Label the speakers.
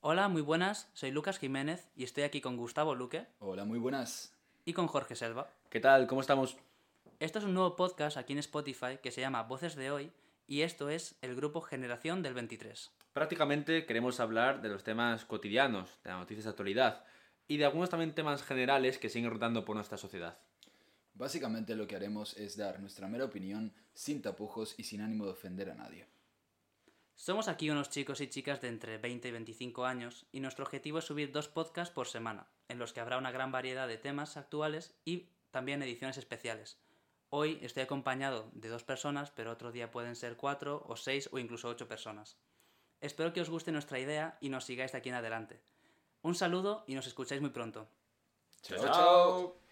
Speaker 1: Hola, muy buenas, soy Lucas Jiménez y estoy aquí con Gustavo Luque
Speaker 2: Hola, muy buenas.
Speaker 1: y con Jorge Selva.
Speaker 2: ¿Qué tal? ¿Cómo estamos?
Speaker 1: Esto es un nuevo podcast aquí en Spotify que se llama Voces de Hoy y esto es el grupo Generación del 23.
Speaker 3: Prácticamente queremos hablar de los temas cotidianos, de las noticias de actualidad y de algunos también temas generales que siguen rotando por nuestra sociedad.
Speaker 2: Básicamente lo que haremos es dar nuestra mera opinión sin tapujos y sin ánimo de ofender a nadie.
Speaker 1: Somos aquí unos chicos y chicas de entre 20 y 25 años y nuestro objetivo es subir dos podcasts por semana, en los que habrá una gran variedad de temas actuales y también ediciones especiales. Hoy estoy acompañado de dos personas, pero otro día pueden ser cuatro o seis o incluso ocho personas. Espero que os guste nuestra idea y nos sigáis de aquí en adelante. Un saludo y nos escucháis muy pronto.
Speaker 3: chao.